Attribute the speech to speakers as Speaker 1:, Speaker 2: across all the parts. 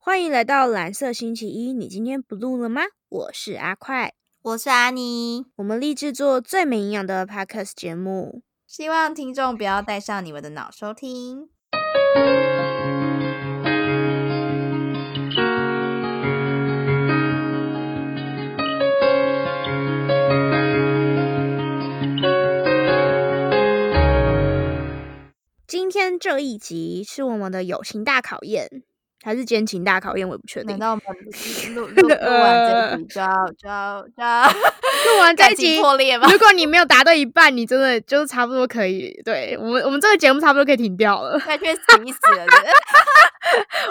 Speaker 1: 欢迎来到蓝色星期一，你今天不录了吗？我是阿快，
Speaker 2: 我是阿妮，
Speaker 1: 我们立志做最没营养的 podcast 节目。
Speaker 2: 希望听众不要带上你们的脑收听。
Speaker 1: 今天这一集是我们的友情大考验，还是奸情大考验？我也不确定
Speaker 2: 难。道我 们录录录完这一集就要就要就要
Speaker 1: 录 完这一
Speaker 2: 感
Speaker 1: 集
Speaker 2: 情，破裂吗？
Speaker 1: 如果你没有答对一半，你真的就是差不多可以。对我们，我们这个节目差不多可以停掉了。
Speaker 2: 快去死一死了！呃是不是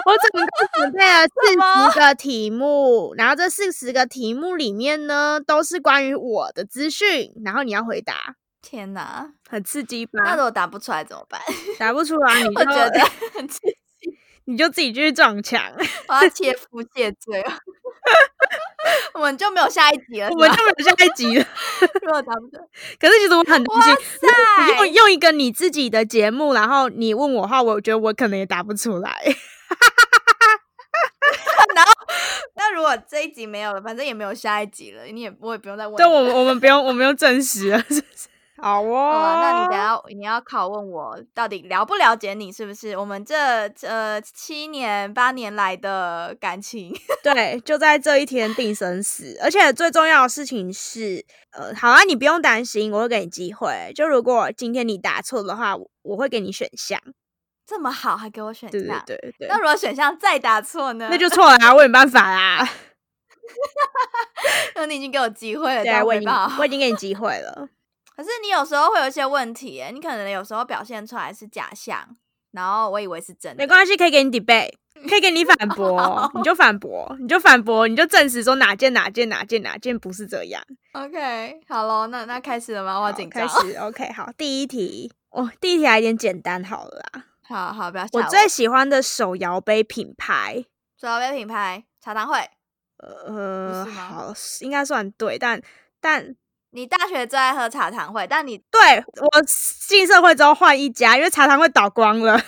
Speaker 1: 我总共准备 了四十个题目，然后这四十个题目里面呢，都是关于我的资讯，然后你要回答，
Speaker 2: 天 哪，
Speaker 1: 很刺激
Speaker 2: 那如
Speaker 1: 吧？
Speaker 2: 果答不出来怎么办？
Speaker 1: 答不出来，你
Speaker 2: 我
Speaker 1: 就
Speaker 2: 觉得很气
Speaker 1: 你就自己去撞墙，
Speaker 2: 我要切腹谢罪了。 我们就没有下一集了，
Speaker 1: 我们
Speaker 2: 是吧
Speaker 1: 就没有下一集了。
Speaker 2: 如果答不出来，
Speaker 1: 可是其实我很担
Speaker 2: 哇
Speaker 1: 心，
Speaker 2: 塞
Speaker 1: 用用一个你自己的节目，然后你问我的话，我觉得我可能也答不出来。
Speaker 2: 那如果这一集没有了，反正也没有下一集了，你也我也不 用再问
Speaker 1: 但
Speaker 2: 你
Speaker 1: 我们我们不用，我们用证实了，是不是？好
Speaker 2: 哦，
Speaker 1: 哦，
Speaker 2: 那你等下你要拷问我到底了不了解你，是不是？我们这呃七年八年来的感情，
Speaker 1: 对，就在这一天定生死。而且最重要的事情是，呃，好啊，你不用担心，我会给你机会。就如果今天你答错的话，我我会给你选项。
Speaker 2: 这么好还给我选
Speaker 1: 对对
Speaker 2: 项，
Speaker 1: 对对
Speaker 2: 那，如果选项再答错呢？
Speaker 1: 那就错了啊，我也没办法啦。
Speaker 2: 那你已经给我机会 了，
Speaker 1: 对
Speaker 2: 这
Speaker 1: 啊，
Speaker 2: 样
Speaker 1: 我
Speaker 2: 没
Speaker 1: 已经
Speaker 2: 办法
Speaker 1: 我。已经给你机会了。
Speaker 2: 可是你有时候会有一些问题耶，你可能有时候表现出来是假象，然后我以为是真
Speaker 1: 没
Speaker 2: 的。
Speaker 1: 关系，可以给你 debate，可以给你反驳，你就反驳，你就反驳，你就证实说哪件哪件哪件哪件不是这样。
Speaker 2: OK，好喽，那那开始了吗？我
Speaker 1: 好
Speaker 2: 好紧张
Speaker 1: 开
Speaker 2: 哦。
Speaker 1: 始，OK，好，第一题，哦，第一题还有点简单，好了啦。
Speaker 2: 好好，不要吓
Speaker 1: 我
Speaker 2: 我。
Speaker 1: 最喜欢的手摇杯品牌，
Speaker 2: 主要杯品牌茶堂会，
Speaker 1: 呃，
Speaker 2: 不是吗
Speaker 1: 好，应该算对，但但
Speaker 2: 你大学最爱喝茶堂会，但你
Speaker 1: 对我进社会之后换一家，因为茶堂会倒光了。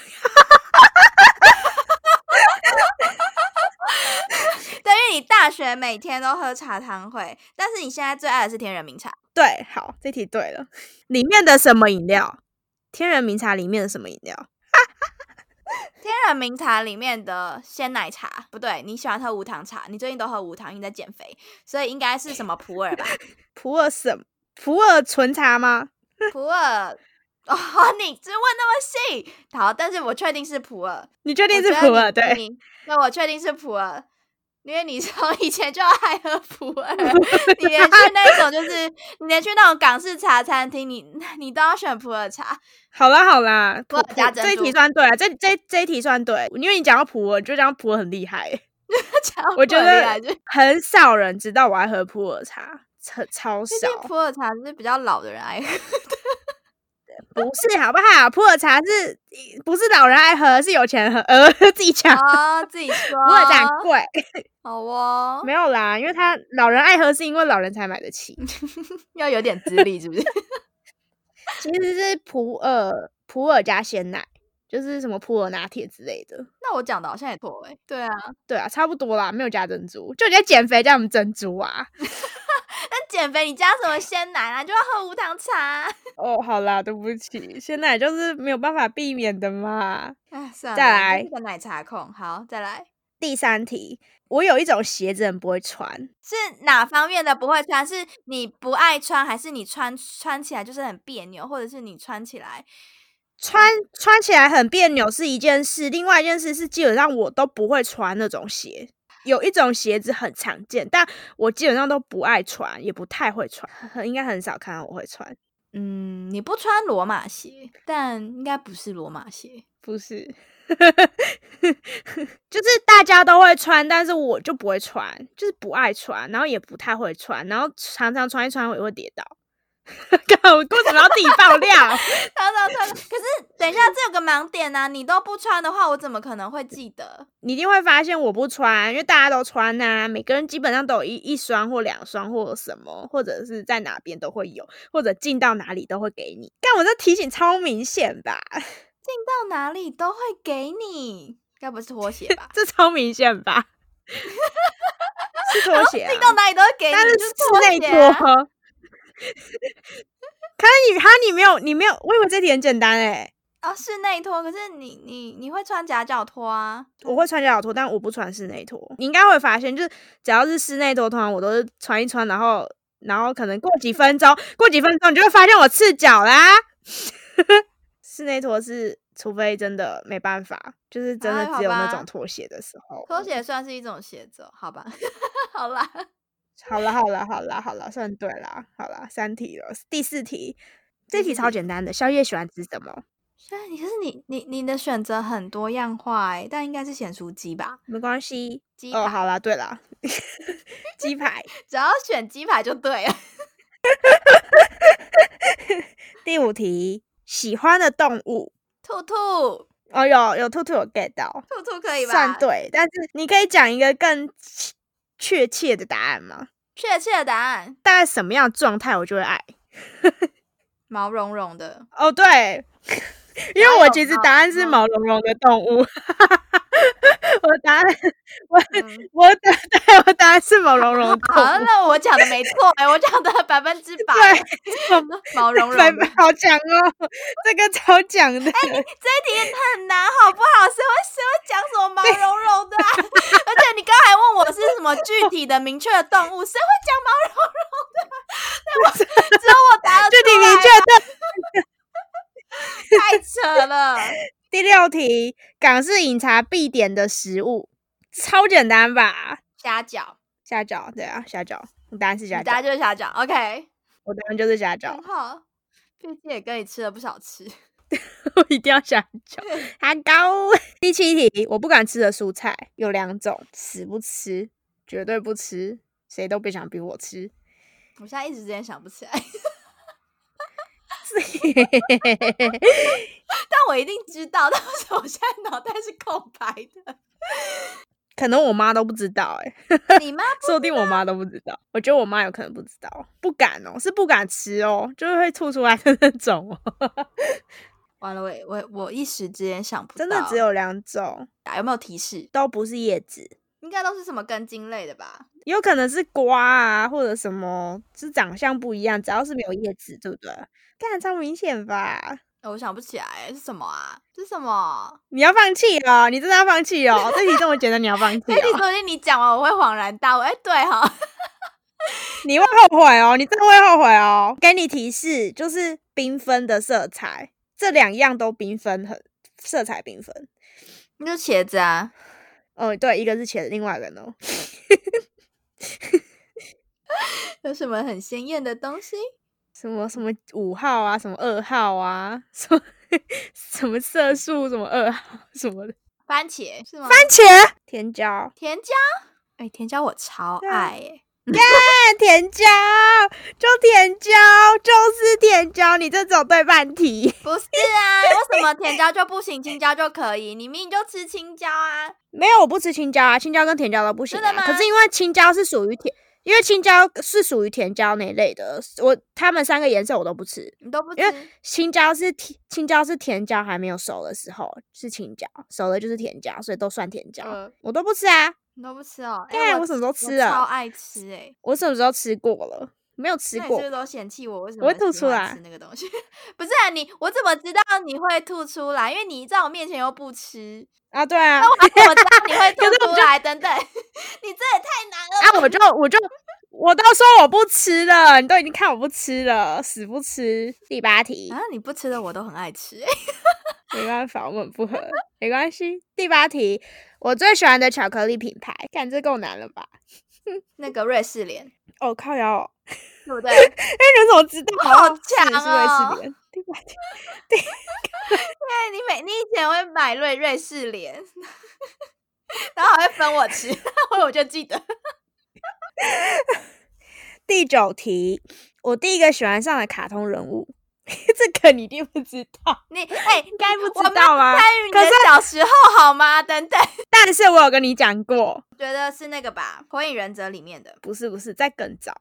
Speaker 2: 对，因为你大学每天都喝茶汤会，但是你现在最爱的是天人茗茶，
Speaker 1: 对，好，这题对了。里面的什么饮料？天人茗茶里面的什么饮料？
Speaker 2: 天人茗茶里面的鲜奶茶不对，你喜欢喝无糖茶，你最近都喝无糖，你在减肥，所以应该是什么普洱吧？
Speaker 1: 普洱什么？普洱纯茶吗？
Speaker 2: 普洱哦， 你只问那么细，好，但是我确定是普洱，
Speaker 1: 你确定
Speaker 2: 我
Speaker 1: 是
Speaker 2: 觉得
Speaker 1: 普洱？
Speaker 2: 你
Speaker 1: 对，
Speaker 2: 你对，我确定是普洱。因为你从以前就爱喝普 洱，你连去那种就是你连去那种港式茶餐厅，你你都要选普洱茶，
Speaker 1: 好啦好啦，
Speaker 2: 普
Speaker 1: 普
Speaker 2: 洱
Speaker 1: 普
Speaker 2: 加珍
Speaker 1: 这一题
Speaker 2: 珠
Speaker 1: 算对了，这这这一题算对，因为你讲到普洱，你就讲到普洱很厉害，
Speaker 2: 这样
Speaker 1: 我觉
Speaker 2: 普洱厉
Speaker 1: 得
Speaker 2: 害啊就是
Speaker 1: 很少人知道我爱喝普洱茶，超超
Speaker 2: 毕竟
Speaker 1: 少。
Speaker 2: 普洱茶是比较老的人爱喝，
Speaker 1: 不是好不好？普洱茶是不是老人爱喝，是有钱人喝，呃， 自己抢。
Speaker 2: 哦，自己说。
Speaker 1: 普洱茶很贵，
Speaker 2: 好哦，
Speaker 1: 没有啦，因为他老人爱喝，是因为老人才买得 起。
Speaker 2: 要有点资历是不是？
Speaker 1: 其实是普洱普洱加鲜奶，就是什么普洱拿铁之类的。
Speaker 2: 那我讲的好像也错哎、对啊，
Speaker 1: 对啊，差不多啦，没有加珍珠，就你在减肥加什么珍珠啊？
Speaker 2: 那减肥你加什么鲜奶啊？就要喝无糖茶啊、
Speaker 1: 哦，好啦，对不起，鲜奶就是没有办法避免的嘛。
Speaker 2: 哎，算了，
Speaker 1: 再来
Speaker 2: 我真是个奶茶控。好，再来
Speaker 1: 第三题，我有一种鞋子很不会穿，
Speaker 2: 是哪方面的不会穿？是你不爱穿，还是你穿穿起来就是很别扭，或者是你穿起来
Speaker 1: 穿穿起来很别扭是一件事，另外一件事是基本上我都不会穿那种鞋。有一种鞋子很常见，但我基本上都不爱穿，也不太会穿，很应该很少看到我会穿。
Speaker 2: 嗯，你不穿罗马鞋，但应该不是罗马鞋。
Speaker 1: 不是， 就是大家都会穿，但是我就不会穿，就是不爱穿，然后也不太会穿，然后常常穿一穿我也会跌倒。 干我为什么要自己爆料？
Speaker 2: 常常穿，可是等一下，这有个盲点呐、你都不穿的话，我怎么可能会记得？
Speaker 1: 你一定会发现我不穿，因为大家都穿呐、每个人基本上都有一一双或两双或什么，或者是在哪边都会有，或者进到哪里都会给你。但我这提醒超明显吧？？
Speaker 2: 到哪里都会给你。该不是拖鞋吧
Speaker 1: 这超明显吧？是拖鞋、啊
Speaker 2: 进，到哪里都会给你，
Speaker 1: 但是
Speaker 2: 就是拖
Speaker 1: 内
Speaker 2: 鞋
Speaker 1: 拖。
Speaker 2: 啊、
Speaker 1: 可是你哈，你没有，你没有，我以为这题很简单哎、
Speaker 2: 哦，室内拖，可是你你你会穿夹脚拖啊？
Speaker 1: 我会穿夹脚拖，但我不穿室内拖。你应该会发现，就是只要是室内拖，通常我都是穿一穿，然后然后可能过几分钟，过几分钟你就会发现我赤脚啦。 室内拖是，除非真的没办法，就是真的
Speaker 2: 哎
Speaker 1: 只有
Speaker 2: 好
Speaker 1: 那
Speaker 2: 吧
Speaker 1: 种拖鞋的时候。
Speaker 2: 拖鞋算是一种鞋子哦，好吧？ 好啦，
Speaker 1: 好了好了好了好了，算对啦，好啦，三题了，第四题，这
Speaker 2: 第
Speaker 1: 题
Speaker 2: 四
Speaker 1: 超
Speaker 2: 题
Speaker 1: 简单的。宵夜喜欢吃什么？
Speaker 2: 虽然你可是你你你的选择很多样化哎、但应该是咸酥鸡吧？
Speaker 1: 没关系。
Speaker 2: 啊鸡
Speaker 1: 哦，
Speaker 2: 排
Speaker 1: 好啦，对啦， 鸡排。
Speaker 2: 只要选鸡排就对了。
Speaker 1: 第五题，喜欢的动物。
Speaker 2: 兔兔，
Speaker 1: 哦，有有兔兔有 get 到，
Speaker 2: 兔兔可以吧？
Speaker 1: 算对，但是你可以讲一个更确确切的答案吗？
Speaker 2: 确切的答案，
Speaker 1: 大概什么样的状态我就会爱？
Speaker 2: 毛茸茸 的。
Speaker 1: 哦，对，因
Speaker 2: 哪
Speaker 1: 为我
Speaker 2: 有
Speaker 1: 其实
Speaker 2: 毛
Speaker 1: 答案是
Speaker 2: 毛
Speaker 1: 毛茸茸的动物，我答案
Speaker 2: 嗯
Speaker 1: 我答对，我答案是毛茸茸的动
Speaker 2: 好，
Speaker 1: 物，
Speaker 2: 那我讲的没错哎、我讲的 百分之百
Speaker 1: 对
Speaker 2: 欸， 毛茸
Speaker 1: 白
Speaker 2: 茸的。哎
Speaker 1: 白 好讲哦，这个超讲的。
Speaker 2: 这一题很难，好不好？谁会谁会讲什么毛茸茸的、啊？ 而且你刚才问我是什么具体的明确的动物，谁会讲毛茸茸的啊？那我只有我答 得
Speaker 1: 具体
Speaker 2: 出
Speaker 1: 明
Speaker 2: 来
Speaker 1: 确的
Speaker 2: 太扯了。
Speaker 1: 第六题，港式饮茶必点的食物，超简单吧？
Speaker 2: 虾饺，
Speaker 1: 虾饺，对啊，虾饺，你答案是
Speaker 2: 你
Speaker 1: 虾
Speaker 2: 答
Speaker 1: 饺，
Speaker 2: 就是虾饺，OK，
Speaker 1: 我答案就是虾饺
Speaker 2: 很，好。毕竟也跟你吃了不少吃，
Speaker 1: 我一定要虾饺。还高。第七题，我不敢吃的蔬菜有两种，死不吃，绝对不吃，谁都别想逼我吃。
Speaker 2: 我现在一时之间想不 起来，但我一定知道，但为什么我现在脑袋是空白的？
Speaker 1: 可能我妈都不知道、欸，
Speaker 2: 你妈
Speaker 1: 说不定我妈都不知道。我觉得我妈有可能不知道，不敢哦，是不敢吃哦，就是会吐出来的那种哦。
Speaker 2: 完了，我也我也我一时之间想不到，
Speaker 1: 真
Speaker 2: 啊
Speaker 1: 的只有两种，
Speaker 2: 有没有提示？
Speaker 1: 都不是叶子，
Speaker 2: 应该都是什么根茎类的吧？
Speaker 1: 有可能是瓜啊，或者什么，是长相不一样，只要是没有叶子，对不对？干超明显吧？
Speaker 2: 呃我想不起来是什么啊？是什么？
Speaker 1: 你要放弃哦，你真的要放弃哦？这题这么简单，你要放 弃
Speaker 2: 哎，你
Speaker 1: 哦？
Speaker 2: 昨天你讲完我会恍然大悟。哎、对哈、
Speaker 1: 你会后悔哦，你真的会后悔哦。给你提示，就是缤纷的色彩，这两样都缤纷很，色彩缤纷。
Speaker 2: 那就茄子啊。
Speaker 1: 哦，对，一个是茄子，另外一个呢？
Speaker 2: 有什么很鲜艳的东西？
Speaker 1: 什么什么五号啊，什么二号啊，什么什么色素，什么二号什么的，
Speaker 2: 番茄是吗？
Speaker 1: 番茄、甜椒，
Speaker 2: 甜椒。哎、甜椒我超
Speaker 1: 对
Speaker 2: 爱
Speaker 1: 啊
Speaker 2: 哎、
Speaker 1: 哎，甜椒，就甜椒，就是甜椒，你这种对半题，
Speaker 2: 不是啊？为什么甜椒就不行，青椒就可以？你明明就吃青椒啊！
Speaker 1: 没有，我不吃青椒啊，青椒跟甜椒都不行、啊。
Speaker 2: 真的吗
Speaker 1: 可是因为青椒是属于甜，因为青椒是属于甜椒那一类的，我它们三个颜色我都不吃。
Speaker 2: 你都不吃
Speaker 1: 因，为青椒是甜，青椒是甜椒还没有熟的时候是青椒，熟了就是甜椒，所以都算甜椒。
Speaker 2: 呃
Speaker 1: 我都不吃啊，
Speaker 2: 你都不吃哦。哎、
Speaker 1: 干
Speaker 2: 我
Speaker 1: 我什么时候
Speaker 2: 我
Speaker 1: 吃
Speaker 2: 超
Speaker 1: 啊
Speaker 2: 爱吃哎、
Speaker 1: 我什么时候吃过了？没有吃
Speaker 2: 那你是
Speaker 1: 过
Speaker 2: 不是，都嫌弃我？为什么
Speaker 1: 我会吐
Speaker 2: 喜
Speaker 1: 出
Speaker 2: 欢
Speaker 1: 来
Speaker 2: 吃那个东西？ 不是啊，你我怎么知道你会吐出来？因为你在我面前又不吃，
Speaker 1: 啊，对啊，
Speaker 2: 那我怎么知道你 会
Speaker 1: 可是
Speaker 2: 吐
Speaker 1: 我
Speaker 2: 出
Speaker 1: 就
Speaker 2: 来？等等，你这也太难了。
Speaker 1: 啊，我就我就我都说我不吃了，你都已经看我不吃了，死不吃。第八题，
Speaker 2: 啊，你不吃的我都很爱吃。
Speaker 1: 没办法，我们不合，没关系。第八题，我最喜欢的巧克力品牌，感这够难了吧？
Speaker 2: 那个瑞士莲，
Speaker 1: 哦，靠腰哦，
Speaker 2: 对不对？
Speaker 1: 哎，你们怎么知道？
Speaker 2: 好
Speaker 1: 是是
Speaker 2: 强
Speaker 1: 瑞
Speaker 2: 哦
Speaker 1: 士莲。第八题，
Speaker 2: 对，你每你以前会买瑞瑞士莲，然后还会分我吃， 我就记得。
Speaker 1: 第九题，我第一个喜欢上的卡通人物， 这个你一定不知道，
Speaker 2: 你哎，
Speaker 1: 应该不知
Speaker 2: 我没有
Speaker 1: 道啊。
Speaker 2: 参与你
Speaker 1: 可
Speaker 2: 的
Speaker 1: 是
Speaker 2: 小时候好吗？等等，
Speaker 1: 但是我有跟你讲过，
Speaker 2: 觉得是那个吧，《火影忍者》里面的。
Speaker 1: 不是不是，在更早，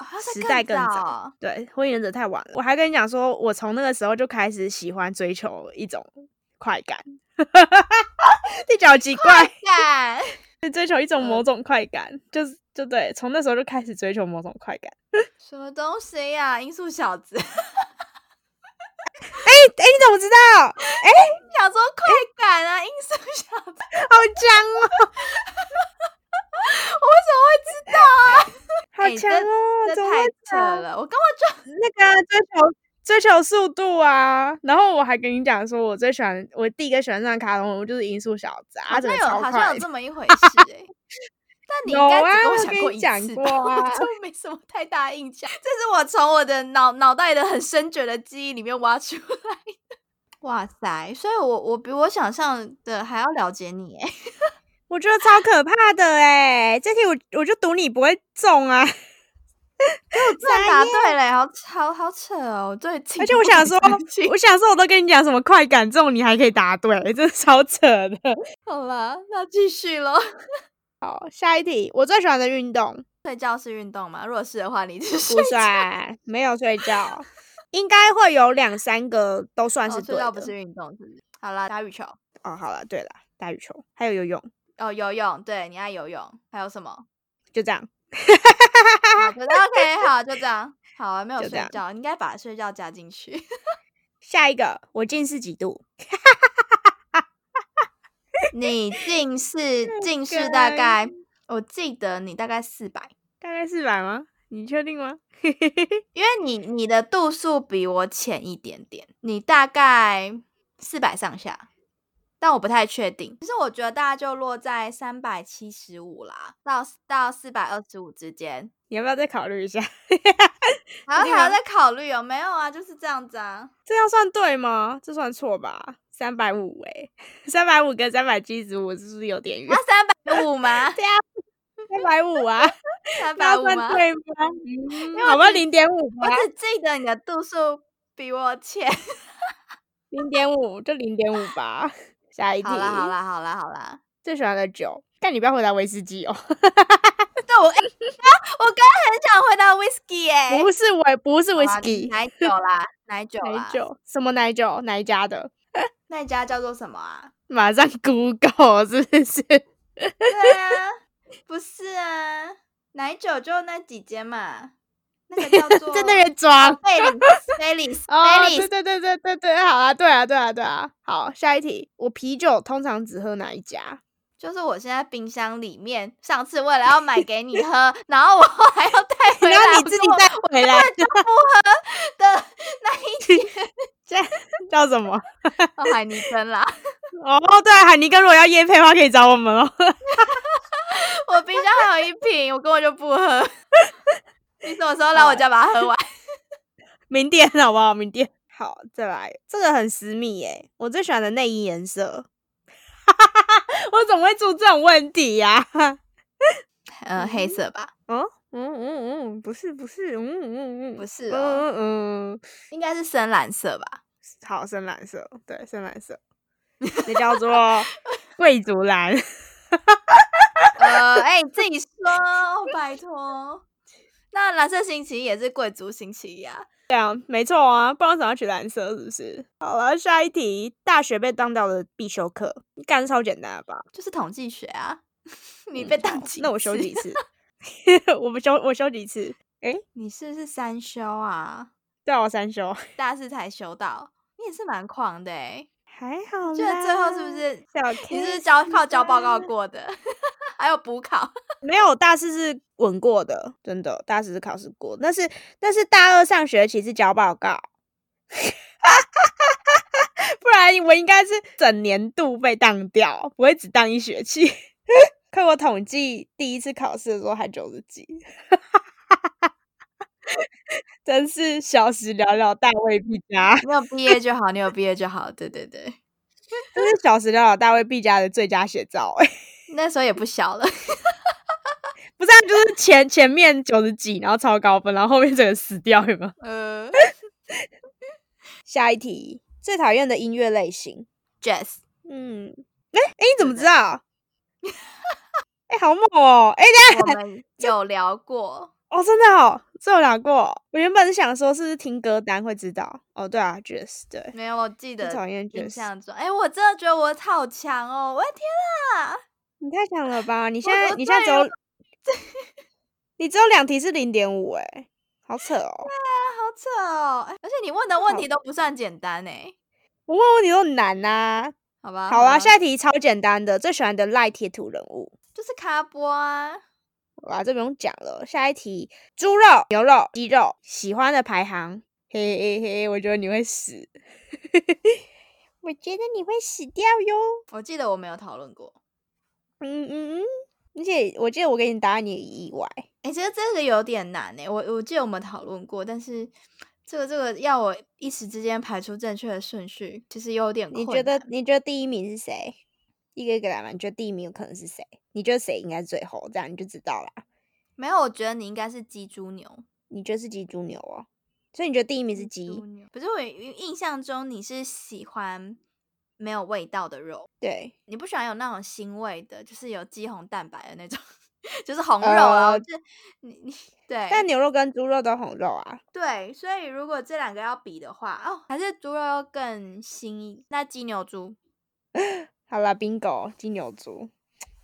Speaker 2: 哦它是
Speaker 1: 时代更早
Speaker 2: 早，
Speaker 1: 对，《火影忍者》太晚了。我还跟你讲说，我从那个时候就开始喜欢追求一种快感， 第九集怪
Speaker 2: 干，
Speaker 1: 是追求一种
Speaker 2: 嗯
Speaker 1: 某种快感，就是就对，从那时候就开始追求某种快感。
Speaker 2: 什么东西呀、啊？音速小子，
Speaker 1: 哎、你怎么知道？
Speaker 2: 想说快感啊，音速小子，
Speaker 1: 好强哦，
Speaker 2: 我怎么会知道啊？
Speaker 1: 好
Speaker 2: 哎
Speaker 1: 强哦，
Speaker 2: 这
Speaker 1: 怎么
Speaker 2: 太
Speaker 1: 会
Speaker 2: 扯
Speaker 1: 啊
Speaker 2: 了，我根本就
Speaker 1: 那个啊、追求追求速度啊，然后我还跟你讲说，我最喜欢我第一个喜欢上的卡通人物就是《音速小子》啊，
Speaker 2: 好
Speaker 1: 真
Speaker 2: 像
Speaker 1: 的
Speaker 2: 有
Speaker 1: 超
Speaker 2: 好像
Speaker 1: 快
Speaker 2: 有
Speaker 1: 的。
Speaker 2: 这么一回事 哎、但你应
Speaker 1: 有
Speaker 2: 该
Speaker 1: 啊
Speaker 2: 只跟
Speaker 1: 我跟
Speaker 2: 讲过
Speaker 1: 你
Speaker 2: 一
Speaker 1: 讲
Speaker 2: 次吧，
Speaker 1: 过
Speaker 2: 我
Speaker 1: 啊
Speaker 2: 就 没什么太大印象。这是我从我的脑脑袋的很深邃的记忆里面挖出来的。 哇塞！所以我我比我想象的还要了解你哎。
Speaker 1: 我觉得超可怕的哎、这题我我就赌你不会中 啊！
Speaker 2: 居然答对了欸，好好好扯哦！对，
Speaker 1: 而且我想说，
Speaker 2: 我
Speaker 1: 我想说我都跟你讲什么快感中，你还可以答对，真的超扯的。
Speaker 2: 好了，那继续喽。
Speaker 1: 好，下一题，我最喜欢的运动，
Speaker 2: 睡觉是运动吗？如果是的话，你 就是
Speaker 1: 不算，没有睡觉，应该会有两三个都算是
Speaker 2: 哦，
Speaker 1: 对
Speaker 2: 睡
Speaker 1: 的。
Speaker 2: 觉不是运动，是不是？好啦，打羽球，
Speaker 1: 哦，好了，对了，打羽球还有游泳，
Speaker 2: 哦，游泳，对你爱游泳，还有什么？
Speaker 1: 就这样。
Speaker 2: 好的 ，OK，好，就这样。好啊，没有
Speaker 1: 就这
Speaker 2: 睡
Speaker 1: 样
Speaker 2: 觉，应该把睡觉加进 去。
Speaker 1: 下一个，我近视几度？
Speaker 2: 你近视，近视大概，我记得你大概四百，
Speaker 1: 大概四百吗？你确定吗？
Speaker 2: 因为你你的度数比我浅一点点，你大概四百上下，但我不太确定。其实我觉得大概就落在三百七十五啦，到到四百二十五之间，
Speaker 1: 你要不要再考虑一下？
Speaker 2: 然后
Speaker 1: 定
Speaker 2: 还
Speaker 1: 吗
Speaker 2: 要再考虑有没有啊，就是这样子啊。
Speaker 1: 这样算对吗？这算错吧？三百五哎，三百五跟三百七十五是不是有点远
Speaker 2: 那？三百五 吗？
Speaker 1: 三百五啊，
Speaker 2: 三百
Speaker 1: 那
Speaker 2: 五
Speaker 1: 算
Speaker 2: 吗？
Speaker 1: 对吗？嗯
Speaker 2: 为，
Speaker 1: 好
Speaker 2: 我
Speaker 1: 吧，
Speaker 2: 只
Speaker 1: 零点五
Speaker 2: 我
Speaker 1: 吧，
Speaker 2: 只记得你的度数比我浅。
Speaker 1: 零点五就零点五吧。 下一题，
Speaker 2: 好啦好啦好啦好啦，
Speaker 1: 最喜欢的酒，但你不要回答威士忌哦，
Speaker 2: 对我、 欸、我刚刚很想回答 whisky 哎、欸，
Speaker 1: 不是威，不是
Speaker 2: 好
Speaker 1: 威
Speaker 2: 啦
Speaker 1: 士忌，
Speaker 2: 奶酒啦， 奶酒啊啦
Speaker 1: 奶，酒，什么奶酒，哪一家的？
Speaker 2: 那一家叫做什么 啊？
Speaker 1: 马上 Google 是不是？
Speaker 2: 对啊，不是啊，奶酒就那几间嘛，那个 叫做
Speaker 1: 在那边装。
Speaker 2: 贝里斯贝里斯
Speaker 1: 哦，
Speaker 2: 贝里
Speaker 1: 对
Speaker 2: 斯，
Speaker 1: 对对对对对，好啊，对啊，对啊，对啊。好，下一题，我啤酒通常只喝哪一家？
Speaker 2: 就是我现在冰箱里面，上次为了要买给你喝，然后我后来又带回来，
Speaker 1: 然后你
Speaker 2: 我
Speaker 1: 自己
Speaker 2: 说我
Speaker 1: 带回来，
Speaker 2: 的那一间
Speaker 1: 叫什么？
Speaker 2: 哦海尼根啦。
Speaker 1: 哦，对、啊，海尼根如果要夜配的话，可以找我们哦。
Speaker 2: 我冰箱还有一瓶，我根本就不喝。你什么时候来我家把它 喝完？
Speaker 1: 明天好不好？明天好，再来，这个很私密耶、我最喜欢的内衣颜色。 我怎么会出这种问题 呀、
Speaker 2: 呃，黑色吧，
Speaker 1: 嗯嗯嗯嗯，不是不是，嗯嗯嗯，
Speaker 2: 不是
Speaker 1: 嗯
Speaker 2: 哦，
Speaker 1: 嗯嗯，
Speaker 2: 应该是深蓝色吧？
Speaker 1: 好，深蓝色，对，深蓝色，这叫 做贵族蓝。
Speaker 2: 呃，哎、你自己说，哦拜托。那蓝色星期一也是贵族星期一啊。
Speaker 1: 对啊，没错啊，不然为什么要取蓝色？是不是？好了，下一题，大学被当掉的必修课，干超简单了吧？
Speaker 2: 就是统计学啊。 你被当 几、
Speaker 1: 那我修几？次？我不修，我修几次？
Speaker 2: 你是不是三修啊？
Speaker 1: 对啊，我三修，
Speaker 2: 大四才修到，你也是蛮狂的哎、
Speaker 1: 还好啦。
Speaker 2: 就最后是不是
Speaker 1: 小 case 啦？
Speaker 2: 你是不是交靠交报告过的？ 还有补考？
Speaker 1: 没有，大四是稳过的，真的，大四是考试过，但是但是大二上学期是交报告， 不然我应该是整年度被当掉，不会只当一学期。 可我统计第一次考试的时候还九十几， 真是小时了了，大未必佳，
Speaker 2: 你有毕业就好，你有毕业就好。对对对。
Speaker 1: 这是小时了了，大未必佳的最佳写照、欸。
Speaker 2: 那时候也不小了，
Speaker 1: 不是、啊，就是前前面九十几，然后超高分，然后后面整个死掉，有没有？
Speaker 2: 呃
Speaker 1: 下一题，最讨厌的音乐类型。
Speaker 2: ，Jazz，
Speaker 1: 嗯，哎、哎、你怎么知道？哎、好猛哦、哎、
Speaker 2: 我们有聊过，
Speaker 1: 哦，真的哦，这有聊过。我原本是想说，是不是听歌单会知道？哦，对啊，Jess，对，
Speaker 2: 没有，我记
Speaker 1: 最
Speaker 2: 得
Speaker 1: 讨厌
Speaker 2: 印
Speaker 1: Jess，
Speaker 2: 象中，哎、我真的觉得我好强哦！我的天啊，
Speaker 1: 你太强了吧？你
Speaker 2: 我
Speaker 1: 现在
Speaker 2: 我
Speaker 1: 你现在
Speaker 2: 对
Speaker 1: 只
Speaker 2: 我
Speaker 1: 有， 你只有两题是零点五，哎，好扯哦。
Speaker 2: 好扯哦！哎而且你问的问
Speaker 1: 好
Speaker 2: 题都不算简单哎，
Speaker 1: 我问问题都很难呐、
Speaker 2: 好吧？
Speaker 1: 好啊，
Speaker 2: 吧
Speaker 1: 下一题超简单的，最喜欢的赖贴图人物。
Speaker 2: 就是卡波啊，
Speaker 1: 哇，这不用讲了。下一题，猪肉、牛肉、鸡肉，喜欢的排行。嘿嘿嘿，我觉得你会死， 我觉得你会死掉哟。
Speaker 2: 我记得我没有讨论过。
Speaker 1: 嗯嗯嗯，而且我记得我给你答案，你也意外。
Speaker 2: 哎、其实这个有点难哎，我我记得我们讨论过，但是这个这个要我一时之间排出正确的顺序，其实有点困
Speaker 1: 你
Speaker 2: 难。
Speaker 1: 觉得你觉得第一名是谁？一个一个来嘛，你觉得第一名有可能是谁？你觉得谁应该是最后？这样你就知道啦。
Speaker 2: 没有？我觉得你应该是鸡猪牛，嗯
Speaker 1: 你觉得是鸡猪牛哦，所以你觉得第一名是鸡？
Speaker 2: 猪牛。可是我印象中你是喜欢没有味道的肉，
Speaker 1: 对，
Speaker 2: 你不喜欢有那种腥味的，就是有肌红蛋白的那种， 就是红肉啊。
Speaker 1: 呃
Speaker 2: 我觉得你你对，
Speaker 1: 但牛肉跟猪肉都红肉啊。
Speaker 2: 对，所以如果这两个要比的话，哦，还是猪肉要更新一。那鸡牛猪，
Speaker 1: 好啦 b i n g o 金牛猪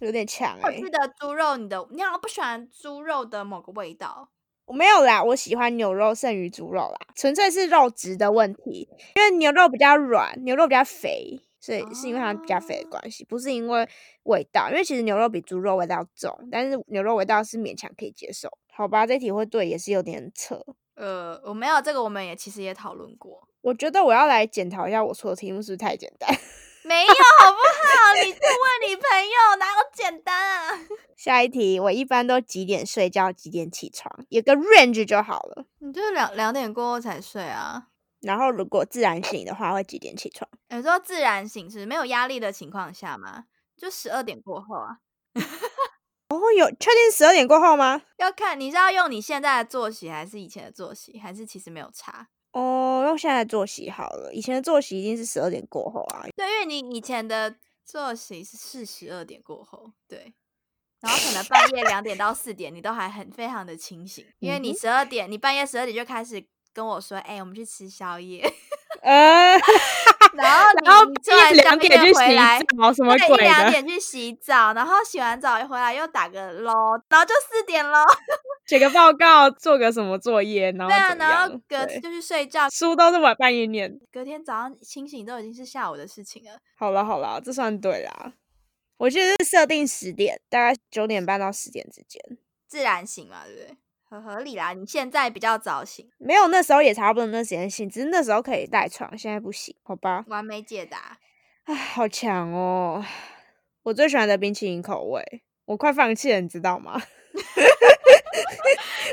Speaker 1: 有点强
Speaker 2: 我
Speaker 1: 哎、
Speaker 2: 记得猪肉你的，你好像不喜欢猪肉的某个味道。
Speaker 1: 我没有啦，我喜欢牛肉胜于猪肉啦，纯粹是肉质的问题，因为牛肉比较软，牛肉比较肥，所以是因为它比较肥的
Speaker 2: 哦
Speaker 1: 关系，不是因为味道，因为其实牛肉比猪肉味道重，但是牛肉味道是勉强可以接受。好吧，这题会对也是有点扯，
Speaker 2: 呃，我没有这个，我们也其实也讨论过，
Speaker 1: 我觉得我要来检讨一下我出的题目是不是太简单。
Speaker 2: 没有好不好？你去问你朋友，哪有简单啊？
Speaker 1: 下一题，我一般都几点睡觉，几点起床，有个 range 就好了。
Speaker 2: 你就两两点过后才睡啊。
Speaker 1: 然后如果自然醒的话，会几点起床？
Speaker 2: 有时候自然醒是没有压力的情况下嘛，就十二点过后啊，
Speaker 1: 哦，有确定十二点过后吗？
Speaker 2: 要看你是要用你现在的作息，还是以前的作息，还是其实没有差。
Speaker 1: 哦，用现在的作息好了，以前的作息一定是十二点过后 啊。
Speaker 2: 对，因为你以前的作息是四十二点过后，对，然后可能半夜两点到四点，你都还很非常的清醒，因为
Speaker 1: 嗯
Speaker 2: 你
Speaker 1: 哼
Speaker 2: 十二点，你半夜十二点就开始跟我说，哎、我们去吃宵 夜，
Speaker 1: 呃，
Speaker 2: 然后你
Speaker 1: 然后
Speaker 2: 你吃
Speaker 1: 半
Speaker 2: 完
Speaker 1: 夜
Speaker 2: 宵
Speaker 1: 两点去
Speaker 2: 夜回
Speaker 1: 洗
Speaker 2: 来。
Speaker 1: 澡，什么
Speaker 2: 对，一
Speaker 1: 鬼
Speaker 2: 两
Speaker 1: 的？
Speaker 2: 点去洗澡，然后洗完澡回来又打个喽，然后就四点喽。
Speaker 1: 写个报告，做个什么作业，然后
Speaker 2: 对啊，
Speaker 1: 怎么
Speaker 2: 然后
Speaker 1: 样
Speaker 2: 隔
Speaker 1: 对
Speaker 2: 就去睡觉，
Speaker 1: 书都是晚半夜念。
Speaker 2: 隔天早上清醒都已经是下午的事情了。
Speaker 1: 好了好了，这算对啦。我记得是设定十点，大概九点半到十点之间。
Speaker 2: 自然醒嘛，对不对？很合理啦，你现在比较早醒，
Speaker 1: 没有，那时候也差不多那时间醒，只是那时候可以赖床，现在不行，好吧？
Speaker 2: 完美解答。
Speaker 1: 唉，好强哦！我最喜欢的冰淇淋口味，我快放弃了，你知道吗？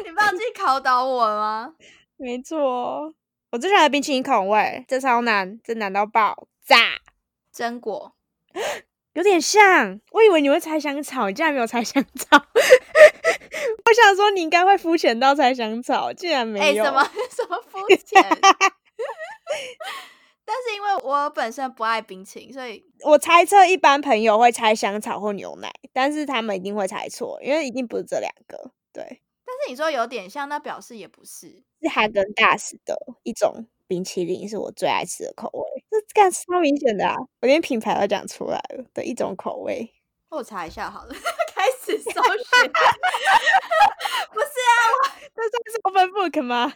Speaker 2: 你不要自己考倒我吗？
Speaker 1: 没错，我最喜欢的冰淇淋口味，这超难，这难到爆炸，
Speaker 2: 榛果，
Speaker 1: 有点像。我以为你会猜香草，你竟然没有猜香草。 我想说你应该会肤浅到猜香草，竟然
Speaker 2: 哎、
Speaker 1: 没有。
Speaker 2: 什么 什么肤浅？但是因为我本身不爱冰淇淋，所以
Speaker 1: 我猜测一般朋友会猜香草或牛奶，但是他们一定会猜错，因为一定不是这两个。对，
Speaker 2: 但是你说有点像，那表示也不是。
Speaker 1: 是哈根达斯的一种冰淇淋，是我最爱吃的口味。这干超明显的啊！我连品牌都讲出来了的一种口味。
Speaker 2: 我查一下好了， 开始搜寻。 不是啊
Speaker 1: 这算是 open book 吗？
Speaker 2: 啊，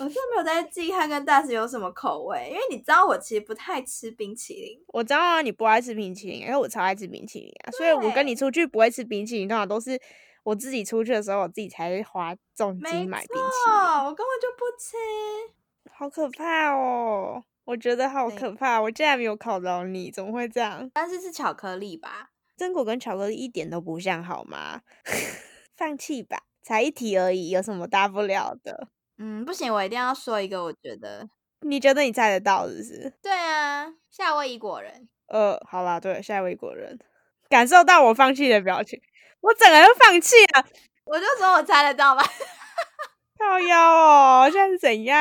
Speaker 2: 我真的没有在记汉跟大师有什么口味，因为你知道我其实不太吃冰淇淋。
Speaker 1: 我知道啊，你不爱吃冰淇淋，因为我超爱吃冰淇淋啊，所以我跟你出去不会吃冰淇淋，通常都是我自己出去的时候，我自己才会花重
Speaker 2: 没
Speaker 1: 金买冰淇淋，
Speaker 2: 错，我根本就不吃。
Speaker 1: 好可怕哦！我觉得好
Speaker 2: 对
Speaker 1: 可怕，我竟然没有考到你，怎么会这样？
Speaker 2: 但是是巧克力吧？
Speaker 1: 榛果跟巧克力一点都不像，好吗？ 放弃吧，才一题而已，有什么大不了的？
Speaker 2: 嗯，不行，我一定要说一个，我觉得
Speaker 1: 你觉得你猜得到是不是？
Speaker 2: 对啊，夏威夷果仁。
Speaker 1: 呃，好啦，对，夏威夷果仁，感受到我放弃的表情，我整个人放弃了。
Speaker 2: 我就说我猜得到吧。
Speaker 1: 靠腰哦，现在是怎样？